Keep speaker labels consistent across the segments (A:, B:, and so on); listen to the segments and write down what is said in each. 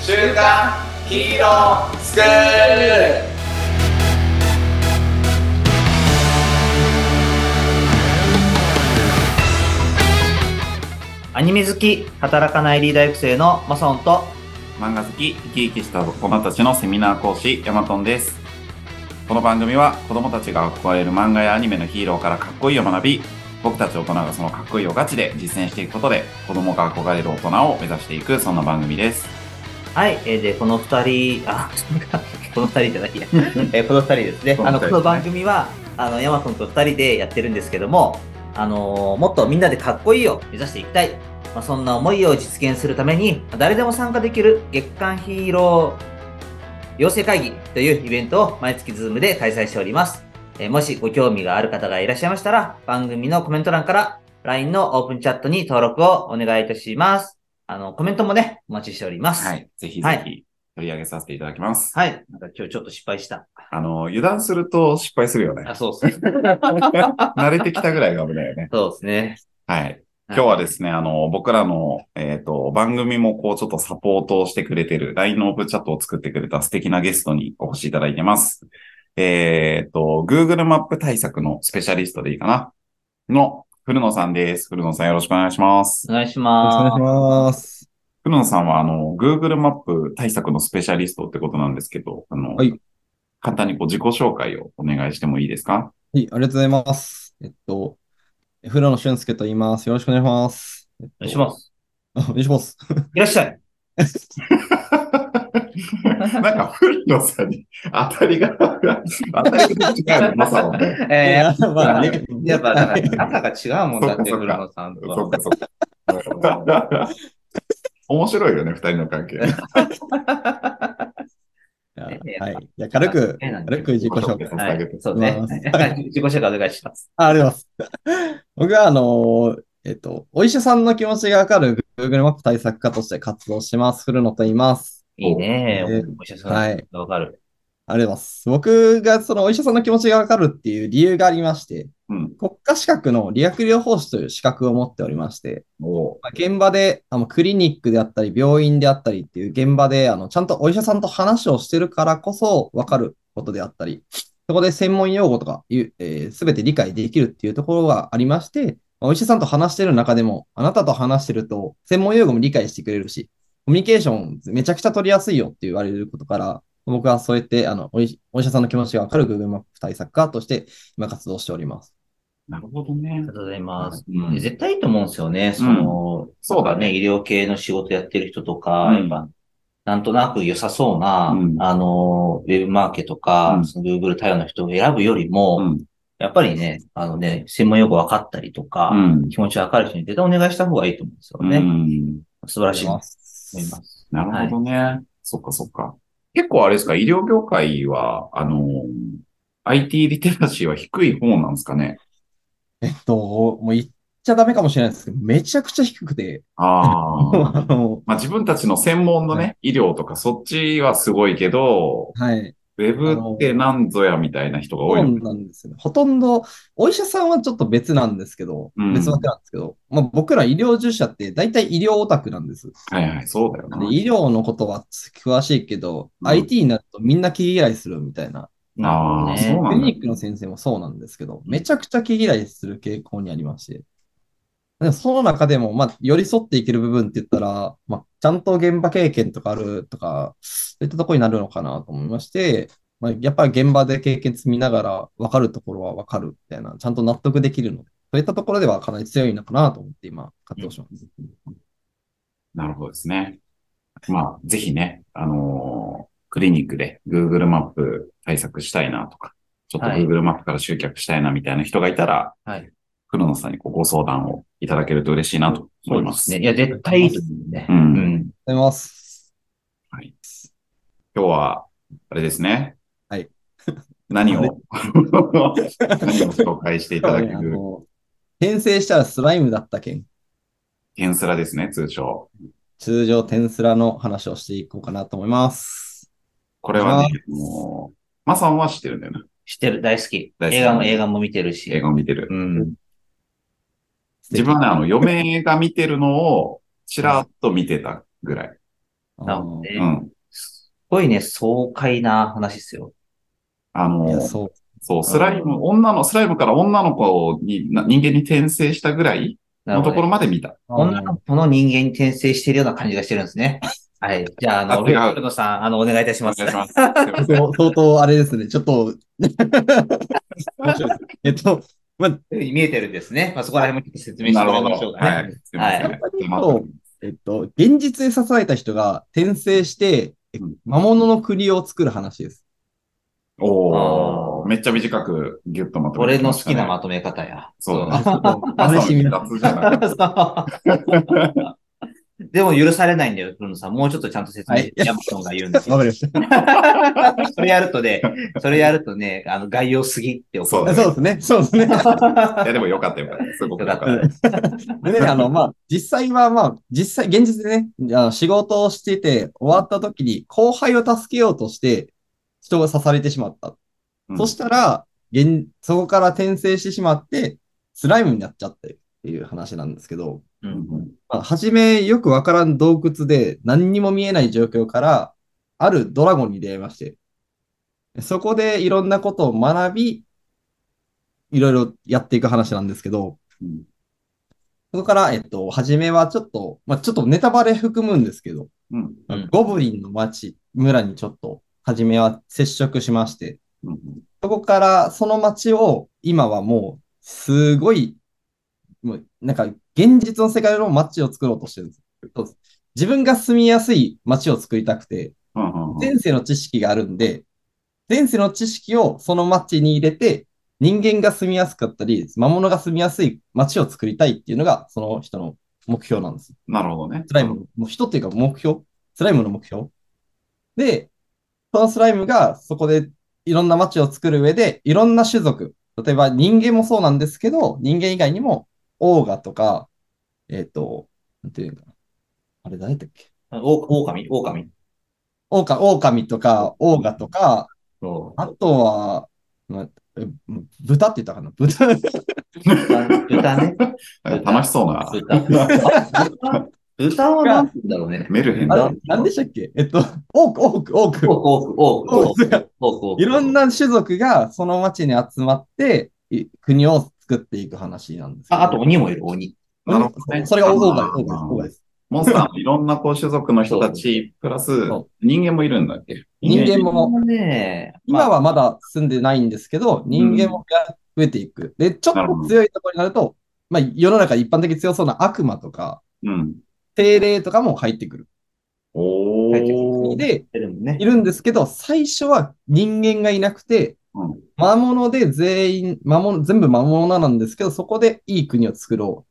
A: 週刊ヒーロースクール
B: アニメ好き、働かないリーダー育成のマソンと、
C: 漫画好き、生き生きした子供たちのセミナー講師、ヤマトンです。この番組は子供たちが憧れる漫画やアニメのヒーローからかっこいいを学び、僕たち大人がそのかっこいいをガチで実践していくことで、子供が憧れる大人を目指していく、そんな番組です。
B: はい、えーで、この二人、あ、 この二人じゃない や、えーこの二人ですね。
C: この
B: あ
C: 二
B: の、
C: 人
B: この番組は、あの、ヤマトンと二人でやってるんですけども、あのーもっとみんなでかっこいいを目指していきたい。まあ、そんな思いを実現するために、誰でも参加できる月間ヒーロー養成会議というイベントを毎月ズームで開催しております。えーもしご興味がある方がいらっしゃいましたら、番組のコメント欄から、LINE のオープンチャットに登録をお願いいたします。あの、コメントもね、お待ちしております。
C: はい。ぜひ
B: は
C: ぜ
B: い
C: ひ取り上げさせていただきます。
B: はい。なんか今日ちょっと失敗した。
C: あの、油断すると失敗するよね
B: あ、。そうですね。
C: 慣れてきたぐらいが危ないよね。
B: そうですね。
C: はい。今日はですね、あの、僕らの、えっ、と、番組もこう、ちょっとサポートをしてくれてる、LINE のオープンチャットを作ってくれた素敵なゲストにお越しいただいてます。えっ、と、Google マップ対策のスペシャリストでいいかなの、古野さんです。古野さんよろしくお願いします
B: お。願いし
D: よろしくお願い
B: ます。
D: します。
C: 古野さんは、あの、Google マップ対策のスペシャリストってことなんですけど、あの、
D: はい
C: 簡単にこう自己紹介をお願いしてもいいですか
D: はい、ありがとうございます。えっと、古野俊介と言います。よろしくお願いします。お。
B: お願いしますす。
D: あお願いします。
B: いらっしゃい。
C: なんか、古野さんに当たりが、当たりが違うの、まさのね。
A: えー、
D: いや まあね
A: やっぱ、だから、朝が違うもんだって、
C: そっ
A: 古
C: か
A: 野さんと
C: そ
A: は
C: っ。かそっか。 面白いよね、二人の関係。
D: じゃあ
B: ええ
D: はい。じゃあ軽く、
B: ええなんで
D: 軽く自己紹
C: 自己
D: 介
C: 紹。
B: は
C: 捧げ
B: い
C: て、
B: そうね。
D: お願いし
B: はい 自己紹介お願いします。
D: あ、ありがとうございます。 僕は、あのーえっと、お医者さんの気持ちがわかる Google マップ対策家として活動してます。古野と言います。
B: いいね。
D: え
B: お医者さん。
D: はい。
B: わかる。
D: ありがとうございます。僕がそのお医者さんの気持ちがわかるっていう理由がありまして、
C: うん。
D: 国家資格の理学療法士という資格を持っておりまして、
C: お
D: まあ現場で、あのクリニックであったり、病院であったりっていう現場で、あのちゃんとお医者さんと話をしてるからこそ分かることであったり、そこで専門用語とかいう、えー、全て理解できるっていうところがありまして、まあお医者さんと話してる中でも、あなたと話してると、専門用語も理解してくれるし、コミュニケーションめちゃくちゃ取りやすいよって言われることから、僕はそうやってあのお医お医者さんの気持ちが分かる Google マップ対策家として今活動しております。
C: なるほどね
B: ありが。とうございます。
C: うん
B: で絶対いいと思うんですよね。その、
C: そうだね。
B: ね、医療系の仕事やってる人とか、
C: うん
B: やっぱ、なんとなく良さそうな、
C: うん
B: あの、ウェブマーケとか
C: う、ん
B: その Google 対応の人を選ぶよりも、
C: うん。
B: やっぱりね、あのね、専門用語分かったりとか、
C: うん。
B: 気持ち分かる人に絶対お願いした方がいいと思うんですよね。
C: うん
B: 素晴らしいと
D: あ
B: 思
D: りがとうございます
B: います。
C: なるほどね。そっかそっか。結構あれですか、医療業界は、あの、IT リテラシーは低い方なんですかね。
D: えっと、もう言っちゃダメかもしれないですけど、めちゃくちゃ低くて、
C: あ
D: もう
C: あ
D: あ。の、
C: まあ自分たちの専門の
D: は
C: ね、医療とかそっちはすごいけど、
D: はい。
C: ウェブってなんぞやみたいな人が多い
D: そ
C: よね
D: うなんですよね。ほとんど、お医者さんはちょっと別なんですけど、
C: うん
D: 別枠なんですけど、まあ、僕ら医療従事者って大体医療オタクなんです。で
C: はいはい、そうだよな。
D: 医療のことは詳しいけど、
C: うん
D: IT になるとみんな毛嫌いするみたいな。
C: ああ、
B: なる
C: そう
B: ほどね
C: な
D: ク
C: ん
D: リ
C: だ。
D: ニックの先生もそうなんですけど、めちゃくちゃ毛嫌いする傾向にありまして。でもその中でも、まあ、寄り添っていける部分って言ったら、まあ、ちゃんと現場経験とかあるとか、そういったところになるのかなと思いまして、まあ、やっぱり現場で経験積みながら分かるところは分かるみたいな、ちゃんと納得できるので、そういったところではかなり強いのかなと思って今、活動します。
C: なるほどですね。まあ、ぜひね、あのークリニックで Google マップ対策したいなとか、ちょっと
B: はい
C: Google マップから集客したいなみたいな人がいたら、
B: はい
C: 黒野さんにこうご相談をいただけると嬉しいなと思います。
B: ね。いや、絶対いいと思うね。
C: う
B: うんん。
D: ありがとうございます。
C: 今日は、あれですね。
D: はい。
C: 何を、何を紹介していただけ
D: あ
C: る、
D: の転生したらスライムだった件、
C: ケンスラですね、通称。
D: 通常テンスラの話をしていこうかなと思います。
C: これはね、もう、マさんは知ってるんだよね。
B: 知ってる、大好き。
C: 大好き
B: 映画も、映画も見てるし。
C: 映画を見てる。
B: うん。
C: 自分はね、あの、嫁が見てるのを、ちらっと見てたぐらい。
B: なるほどね
C: う。ん。
B: すごいね、爽快な話ですよ。
C: あ
D: いや、
C: の、
D: そう。
C: そう、スライム、女の、スライムから女の子に、な人間に転生したぐらい
B: なる
C: の
B: ほ
C: と
B: どね
C: ころまで見た。
B: 女の子の人間に転生しているような感じがしてるんです ね。はい。じゃあ、あの、
C: あ違
B: ル
C: う
B: ノさん、あの、お願いいたし
C: お
B: ま
C: 願い
B: す。
C: し ます。すいません
D: そう相 当あれですね。ちょっと、面白いですえっと、まあ、
B: いうふうに見えてるんですね。まあ、そこら辺もちょっと説明して
C: な
B: も
C: る
B: らい
C: ほ
B: ましょ
C: ど。
B: うかね。
C: はい。すいません。
B: は
C: はい
D: えっと、現実に支えた人が転生して、え
C: うん
D: 魔物の国を作る話です。
C: おー、めっちゃ短くギュッとまとめ
B: 俺
C: てき
B: の
C: ま
B: 好
C: したね
B: きなまとめ方や。
C: そうだ
D: あ
C: ね。
D: ちょっと
C: 朝
D: 試しみ
C: の雑じゃない。
B: そうでも許されないんだよ、ルノさん。もうちょっとちゃんと説明
D: は
B: し
D: い
B: て、ヤマトンが言うんです
D: わ
B: よ。
D: かりました。
B: それやるとね、それやるとね、あの、概要すぎって怒
C: そう
B: る。
C: だね
D: そうですね。そうですね。
C: いや、でもよかったよかった。すごくよかった。
B: よ
D: でね、あの、まあ、実際は、まあ、実際、現実でね、あの仕事をしてて、終わった時に後輩を助けようとして、人が刺されてしまった。
C: うん
D: そしたら、現、そこから転生してしまって、スライムになっちゃってるっていう話なんですけど、
B: う
C: うん
B: ん
C: うん
D: まあ、初めよくわからん洞窟で何にも見えない状況から、あるドラゴンに出会いまして、そこでいろんなことを学び、いろいろやっていく話なんですけど、
C: うん
D: そこから、えっと、初めはちょっと、まあ、ちょっとネタバレ含むんですけど、
C: うん
B: うん
D: ゴブリンの町、村にちょっと、初めは接触しまして、
C: うん
D: そこから、その街を、今はもう、すごい、もう、なんか、現実の世界の街を作ろうとしてるんです。そうです自分が住みやすい街を作りたくて、
C: うんうん
D: 前世の知識があるんで、前世の知識をその街に入れて、人間が住みやすかったり、魔物が住みやすい街を作りたいっていうのが、その人の目標なんです。
C: なるほどね。
D: スライムの、もう人っていうか目標スライムの目標で、そのスライムがそこでいろんな街を作る上で、いろんな種族、例えば人間もそうなんですけど、人間以外にも、オーガとか、えっ、と、なんていうのかな。あれ誰だっけ
B: お狼狼
D: オオカ、オオカミとか、オーガとか、
B: そう
D: あとは、まえ豚って言ったかな豚
B: 豚ね。
C: なんか楽しそうな。
B: 豚。豚は何て言うんだろうね。
C: メルヘン
D: あ
C: だ
D: れ。何でしたっけえっと、オーク、オーク、オー
B: 多く
D: ク。
B: 多く多く多く多く
D: いろん。な種族がその町に集まって、い国を作っていく話なんですけど
B: あ、あと、鬼もいる、鬼。
C: なるほどね
D: それがオーガ
C: あー
D: イ、オーガイ、オーガイです。
C: モンスターのいろんなこう種族の人たち、プラス
D: そ
C: 人間もいるんだっけ
D: 人間も
B: これね、
D: 今はまだ住んでないんですけど、人間も増えていく。で、ちょっ
C: なるほ
D: と
C: ど
D: 強いところになると、まあ、世の中一般的に強そうな悪魔とか、
C: うん。
D: 精霊とかも入ってくる。
C: お
B: 入ってく
C: ー。
D: で、
B: でもね
D: い、るんですけど、最初は人間がいなくて、
C: うん
D: 魔物で全員、魔物、全部魔物なんですけど、そこでいい国を作ろ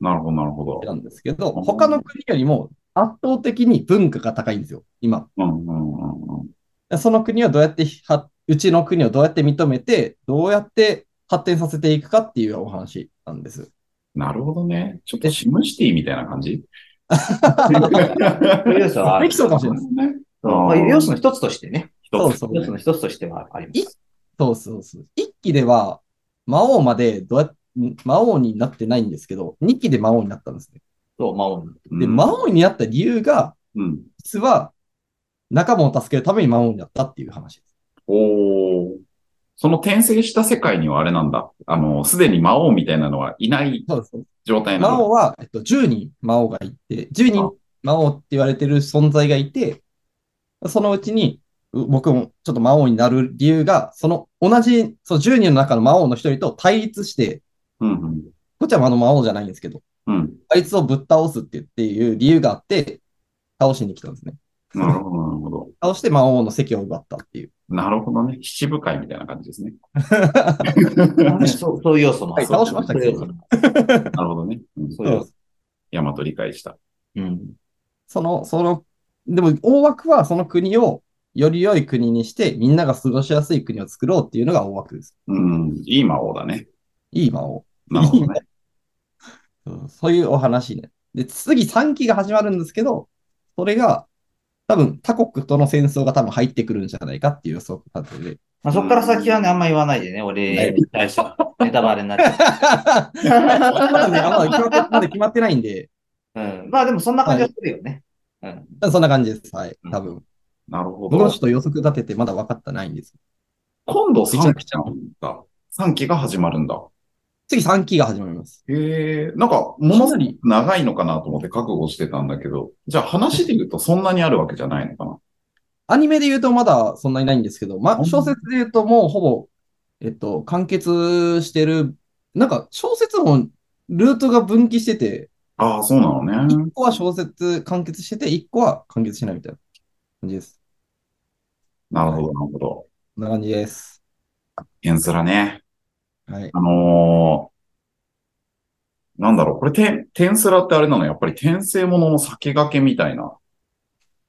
D: う
C: なるほど、なるほど。
D: なんですけど、
C: うん
D: 他の国よりも圧倒的に文化が高いんですよ、今。
C: うんうんうんうん
D: その国をどうやっては、うちの国をどうやって認めて、どうやって発展させていくかっていうお話なんです。
C: なるほどね。ちょっとシムシティみたいな感じ
B: 要素はあ
D: で
B: る
D: き。そうかもしれないです。
B: まあ要素の一つとしてね。
D: そ
C: 一
D: う
C: つ。
D: そう
B: 要素の一つとしてはあります。
D: そうそうそう。一期では魔王までどうやっ魔王になってないんですけど、二期で魔王になったんですね。
B: そう、魔王の。
D: で、
C: うん
D: 魔王になった理由が、
C: うん。
D: 実は仲間を助けるために魔王になったっていう話です。
C: おー。その転生した世界にはあれなんだ。あの、すでに魔王みたいなのはいない
D: そうです。
C: 状態な
D: 魔
C: の。
D: 王は、えっと、10人魔王がいて、10
C: あ
D: 人魔王って言われてる存在がいて、そのうちに、う僕もちょっと魔王になる理由が、その同じ、その10人の中の魔王の一人と対立して、
C: うんうん。
D: こっちはあの魔王じゃないんですけど、
C: うん。
D: あいつをぶっ倒すってっていう理由があって、倒しに来たんですね。
C: なるほど、なるほど。
D: 倒して魔王の席を奪ったっていう。
C: なるほどね。七部会みたいな感じですね。
B: そうそういう要素もある。
D: はい倒しました
B: そ
D: け
B: ういう
D: ど
B: 要素も
C: なるほどね。うん
B: そういう要素
C: 大和理解した。
B: うん。
D: その、その、でも大枠はその国をより良い国にして、みんなが過ごしやすい国を作ろうっていうのが大枠です。
C: うん。いい魔王だね。
D: いい魔王。
C: なるほどね。
D: うんそういうお話ね。で、次3期が始まるんですけど、それが、多分他国との戦争が多分入ってくるんじゃないかっていう予測立てで。
B: まあ、そこから先はね、あんま言わないでね、俺に対してネタバレになっち ゃ
D: まだね、あんま決まってまだ決まってないんで、
B: う。うん。まあでもそんな感じはするよね。うん。
D: そんな感じです。はい。多分。
C: なるほ
D: 僕も
C: ど
D: ちょっ。と予測立ててまだ分かったないんです。
C: 今度
D: めちゃ
C: 3
D: く
C: 期
D: ちゃ
C: なんだ。3期が始まるんだ。
D: 次3期が始まります。
C: へえ、なんか、ものすごく長いのかなと思って覚悟してたんだけど、じゃあ話で言うとそんなにあるわけじゃないのかな。
D: アニメで言うとまだそんなにないんですけど、
C: う
D: まあ、
C: ん
D: 小説で言うともうほぼ、えっと、完結してる、なんか小説もルートが分岐してて、
C: ああ、そうなのね。
D: 1個は小説完結してて、1個は完結しないみたいな感じです。
C: なるほど、なるほど。
D: こんな感じです。
C: ゲンスラね。
D: はい。
C: あのーなんだろう、これ、て、テンスラってあれなの、やっぱり転生ものの先駆けみたいな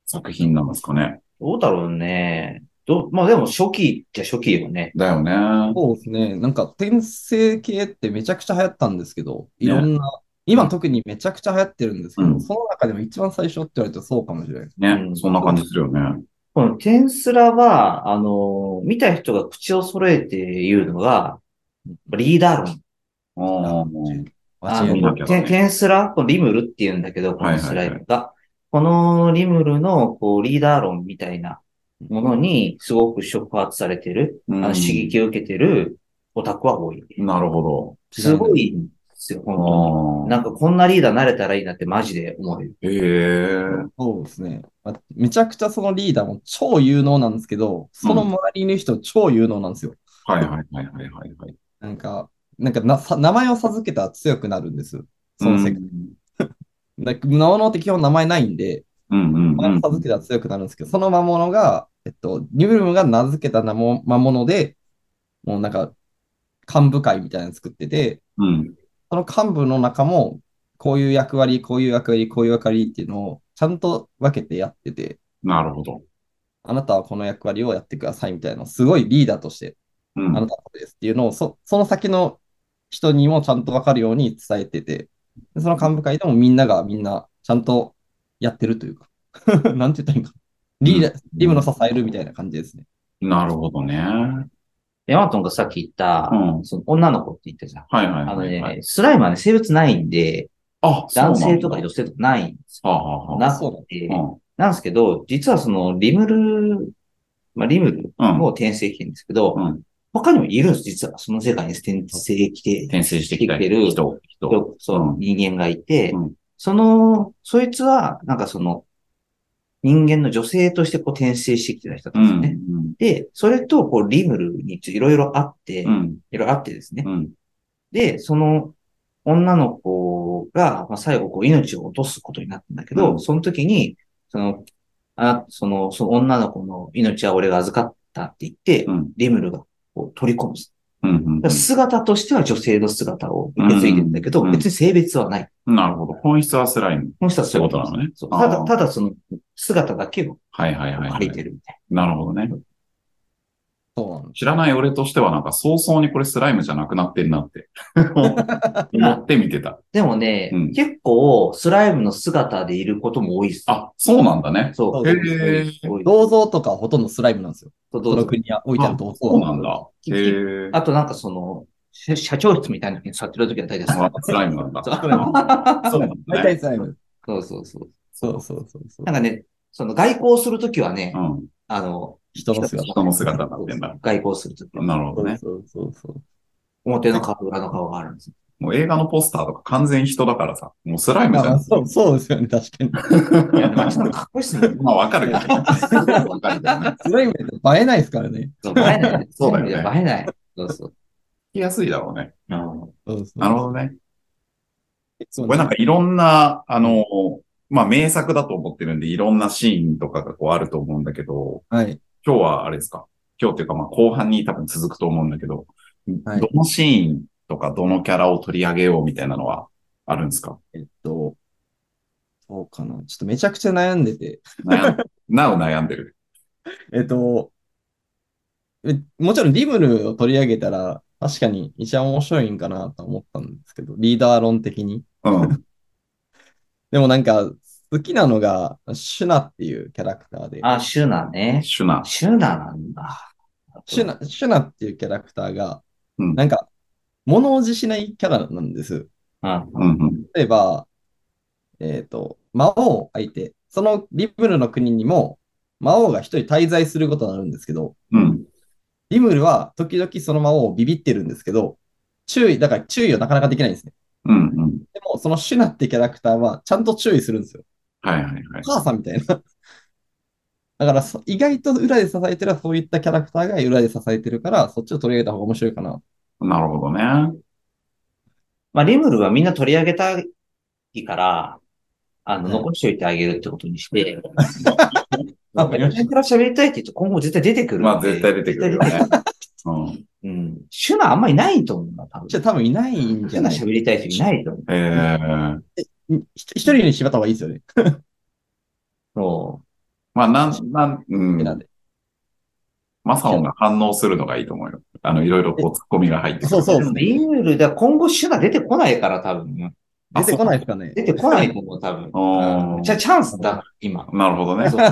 C: 作品なんですかね。
B: どうだろうね。どうまあでも初期じゃ初期よね。
C: だよね。
D: そうですね。なんか転生系ってめちゃくちゃ流行ったんですけど、いろんな、今特にめちゃくちゃ流行ってるんですけど、
C: うん
D: その中でも一番最初って言われるとそうかもしれないです。
C: ね、
B: うん
C: そんな感じするよね。
B: このテンスラは、あのー見た人が口を揃えて言うのが、リーダー論。
C: あ
B: あ
D: 間違いない
B: の、
C: なきゃだね
B: テテンスラ、このリムルって言うんだけど、こ
C: はい
B: の
C: はいはい
B: スライドが。このリムルのこうリーダー論みたいなものにすごく触発されてる、
C: う
B: あ
C: ん
B: の刺激を受けてるオタクは多い。
C: あ、なるほど。
B: すごいんですよ、本当に。
C: あ
B: なんかこんなリーダーなれたらいいなってマジで思うよ。
C: あ、へえ、
D: そうですね。まめちゃくちゃそのリーダーも超有能なんですけど、その周りの人超有能なんですよ。
C: はいはいはいはいはいはい。
D: なんか、なんかなさ名前を授けたら強くなるんです。その世界。だ魔物って基本名前ないんで、
C: うんうん
D: 名
C: う
D: 前
C: ん
D: を。授けたら強くなるんですけど、その魔物が、えっと、ニブルムが名付けた名も魔物で、もうなんか、幹部会みたいなの作ってて、
C: うん。
D: その幹部の中も、こういう役割、こういう役割、こういう役割っていうのをちゃんと分けてやってて、
C: なるほど。
D: あなたはこの役割をやってくださいみたいな、すごいリーダーとして、
C: う
D: あ
C: ん
D: な。たはこれですっていうのをそ、その先の人にもちゃんと分かるように伝えてて、でその幹部会でもみんながみんなちゃんとやってるというか、 なんて言ったらいいんか。リーダー、リムの支えるみたいな感じですね。
C: なるほどね。
B: ヤマトンがさっき言った
C: う、ん。
B: その女の子って言ったじゃん。
C: はいはい
B: あの
C: はいはい。
B: ね、スライムはね、性別ないんで、
C: あ、そうなん
B: 男
C: だ
B: 性とか女性とかないんです
C: はあはあ
B: よ。
C: は
B: な
D: そう
B: くて、
C: あ
B: なんですけど、実はそのリムル、まあ、リムル
C: うん
B: も転生期ですけど、
C: うん
B: 他にもいるんです、実は。その世界に転生期で、
C: 転生してきた
B: 生きてる
C: 人、人。
B: そうそう
C: うん
B: 人間がいて、
C: うん
B: その、そいつは、なんかその、人間の女性としてこう転生してきてた人
C: う
B: なんですよ
C: ん。
B: ね。で、それと、こう、リムルにいろいろあって、い
C: うん。うん
B: ろいろあってですね。
C: うん。
B: で、その女の子が、まあ、最後こう命を落とすことになったんだけど、
C: うん
B: その時に、その、あ、その、その女の子の命は俺が預かったって言って、
C: うん。
B: リムルがこう取り込むんです。
C: うん
B: だから姿としては女性の姿を受け継いでるんだけど、
C: うん
B: 別に性別はない。
C: うん。なるほど。本質はスライム。
B: この人はそういう
C: そういうことな
B: た
C: のねあ
B: だ、
C: ー
B: ただその姿だけを
C: はいはいはいは
B: 借り
C: い。
B: てるみたい
C: なるほどね。
D: そうなんです。
C: 知らない俺としてはなんか早々にこれスライムじゃなくなってんなって。思って見てた。
B: な。でもね、
C: うん
B: 結構スライムの姿でいることも多いです。
C: あ、そうなんだね。
B: そう。
D: へ
C: ー
B: 多い多い
D: 銅像とかほとんどスライムなんですよ。
B: そうど
D: そうの
B: ぞ
D: 国に置いてある銅
C: そう
D: 像。
C: なんだ。へえ。
B: あとなんかその、社社長室みたいな時に座ってる時は大体
C: あスライムなんだ。
B: そ
C: そううなん
D: 大
C: だね。
D: 体スライム。
B: そうそうそう。
D: そうそうそうそう。
B: なんかね、その外交するときはね、
C: うん。
B: あの、
D: 人の姿。
C: 人の姿になってんだ。
B: 外交するときは、
C: なるほどね。
D: そうそうそう。
B: 表の顔、裏の顔があるんですよ。
C: もう映画のポスターとか完全人だからさ。もうスライムじゃ
D: まあ
C: ん。
D: そうそうですよね、確かに。
B: いや、でもあっちの方がかっこいいっすね。
C: まあ、わかるけどね。わかるけどね。
D: スライムって映えないですからね。
B: そう映えない。
C: そうだよね
B: いや映えない。そうそう。
C: 聞きやすいだろうね。
D: そうそう
C: なるほどね。
D: そう
C: これなんかいろんな、あの、まあ、名作だと思ってるんで、いろんなシーンとかがこうあると思うんだけど、
D: はい。
C: 今日はあれですか今日というか、まあ、後半に多分続くと思うんだけど、
D: はい
C: どのシーンとか、どのキャラを取り上げようみたいなのはあるんですか
D: えっと、そうかな。ちょっとめちゃくちゃ悩んでて。
C: 悩ん なお悩んでる。
D: えっと、えもちろんリムルを取り上げたら、確かに一番面白いんかなと思ったんですけど、リーダー論的に。
C: うん。
D: でもなんか、好きなのが、シュナっていうキャラクターで、
B: あ、シュナね。
C: シュナ。
B: シュナなんだ。
D: シュナ、シュナっていうキャラクターが、
C: うん
D: なんか、物おじしないキャラなんです。
B: うん。
C: うんうん。
D: 例えば、えっ、と、魔王相手、そのリムルの国にも、魔王が一人滞在することになるんですけど、
C: うん。
D: リムルは時々その魔王をビビってるんですけど、注意、だから注意をなかなかできないんですね。
C: うん。うん。
D: でも、そのシュナってキャラクターはちゃんと注意するんですよ。
C: はいはいはい。
D: お母さんみたいな。 だからそ、意外と裏で支えてるのはそういったキャラクターが裏で支えてるから、そっちを取り上げた方が面白いかな。
C: なるほどね。
B: まあ、リムルはみんな取り上げたいから、あの、
D: うん
B: 残しておいてあげるってことにして、
D: あ
B: やっぱ吉田から喋りたいって言って今後絶対出てくるんで。
C: まあ絶対出てくるよ
B: 絶対
C: ね。うん。
B: 出てくる。うん。シュナあんまりないと思うな、多分。
D: じゃあ多分いないんじ
B: シュ
D: ゃ
B: ナ
D: ない
B: 喋りたい人いないと思う。
C: えー。
D: んひ一人に縛った方がいいですよね。
B: そう。
C: まあ、なん、なん、うん。
D: なんで
C: マサオンが反応するのがいいと思うよ。あの、いろいろこう、ツッコミが入ってくる。
D: そうそう
B: で
D: です
B: も
D: ね。
B: リムルだ、今後シュナ出てこないから、多分。
D: 出てこないですかね。
B: 出てこないと思う、多
C: おー
B: 分。じゃあチャンスだ、今。
C: なるほどね。
B: チャ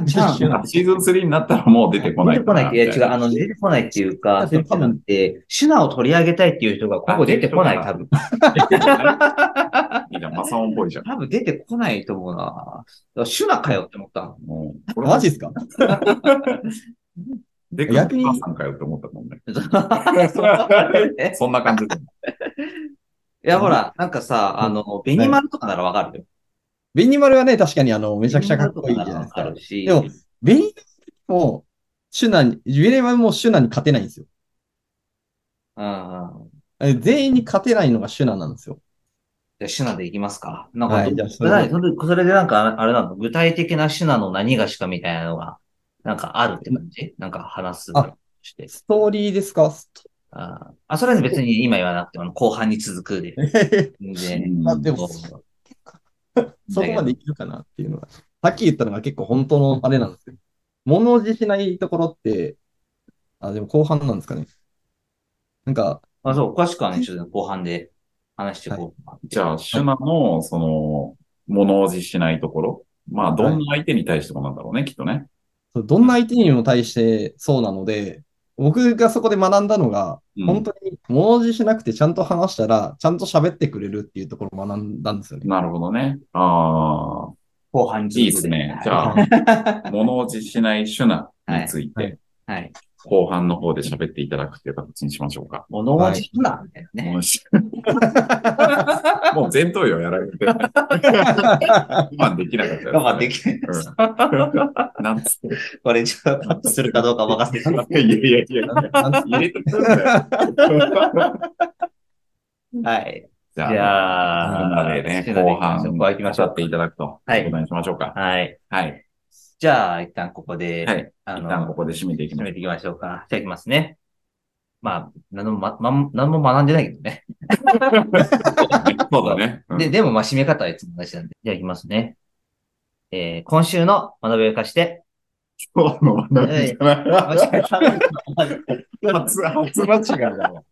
B: ンチャンス。
D: シュナ
C: シーズン3になったらもう出てこない
B: 出てこないって、いや違う、あの、出てこないっていうか、
D: だって多分
B: で、シュナを取り上げたいっていう人が今後出てこない、多分。
C: いいな、マサオンっぽいじゃん。
B: 多分出てこないと思うな。だからシュナかよって思った の。
C: もうこれ
D: マジですか
C: でか
D: 逆に
C: お母さんかよって思ったもんね。
B: え
C: そんな感じで。
B: いや、ほら、なんかさ、あの、ベニマルとかならわかるよ。
D: ベニマルはね、確かにあの、め
B: め
D: ちゃくちゃかっこいいじゃないです
B: か
D: か。
B: るし。
D: でもベニマルも、シュナに、ベニマルもシュナに勝てないんですよ。
B: うんうん。
D: え全員に勝てないのがシュナなんですよ。
B: じゃあ、シュナでいきますか。なん
D: は
B: か
D: いじゃ
B: ど、
D: あ
B: それ何それそれでなんか、あれあれなの具体的なシュナの何がしかみたいなのが、なんかあるって感じなんか話す
D: あ
B: して。
D: ストーリーですかスト
B: あーあ、それは別に今言わなくても、後半に続く で。全然。
C: うん
D: あでも
B: そう
D: そこまでいけるかなっていうのが。さっき言ったのが結構本当のあれなんですよ。物おじしないところって、あ、でも後半なんですかね。なんか、
B: まあそう、詳しくはね、ちょっと後半で話していこうかな。
C: じゃあ、シュナの、その、物おじしないところ。まあ、どんな相手に対してもなんだろうね、きっとね。
D: どんな相手にも対してそうなので、僕がそこで学んだのが、
C: うん
D: 本当に物おじしなくてちゃんと話したら、ちゃんと喋ってくれるっていうところを学んだんです よね。
C: なるほどね。ああ、
B: 後半に続く
C: いいですね。じゃあ、物おじしないシュナについ
D: はいは
C: て、
B: あ。はい。
C: 後半の方で喋っていただくっていう形にしましょうか。
B: 物持ちな、みたいなね。
C: もうしもう前頭葉やられて。我慢できなかったですね、
B: 我慢できない。
C: うん。なんつって。
B: これ、ちょっとカットするかどうか任せてくださ
C: いやいやいや、
D: なんなん
C: 入れてくんだよ。
B: い。はい。
C: じ
B: じ
C: ゃあ、みん
B: ゃ
C: な
B: あ、
C: でね、
B: シュナで
C: 後
B: いきましょう
C: 半、
B: 後半行きましょ
C: 語って
B: う
C: いただくと、
B: はい
C: いうことにしましょうか。
B: か。はい。
C: はい。
B: じゃあ、一旦ここで、
C: はい。
B: あ
C: 一旦こ
B: の、
C: こで締めていき
B: 決
C: まし
B: めていきましょうか。じゃあ、いきますね。まあ、何も、ま、ま、何も学んでないけどね。
C: ょう。そうだね。うん
B: で、でも、まあ、締め方はいつも同じなんで。じゃあ、いきますね。えー、今週の学びを生かして、
C: 今日の学びじゃない
B: 間違えた。
C: 初、初間違いだわ。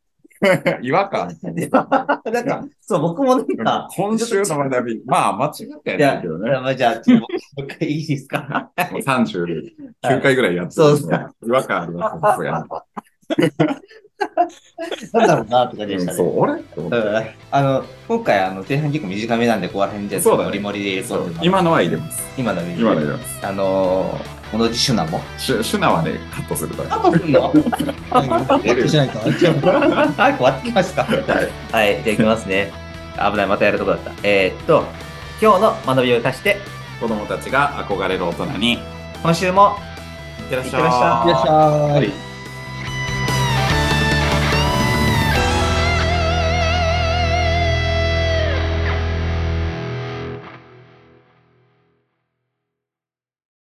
C: 違和感。
B: なんか、そう、僕もなんか、
C: 今週の学び。まあ、間違ってはい
B: い
C: ない
B: や、
C: けど
B: い
C: ね。
B: やまあじゃあ、ちょっともう一回いいですか
C: もう39回ぐらいやってるんで
B: は
C: 違和感ありますさすが
B: なんだろうな、とか
C: に
B: で
C: う
B: し
C: ん
B: たね。
C: そう、俺って思っ
B: だ
C: た
B: からあの、今回、あの、前半結構短めなんで、ここら辺じゃ、
C: そうだね
B: モリモリで入れそうと思います
C: 今のは入れます。
B: 今の見
C: 今の入れます。
B: あのー、同じシュナも。
C: シュシュナはね、カットするから。
B: あ、そうすんの
D: か
C: 出る
D: しないと。
B: はい、終わってきました。はい、はい、じゃあいきますね。危ない、またやるとこだった。えーっと、今日の学びを生かして、
C: 子供たちが憧れる大人に、いっ
B: 今週も、
C: てらっし
B: いってらっしゃ
C: ゃ
D: いらっし
C: い。
D: ゃーい。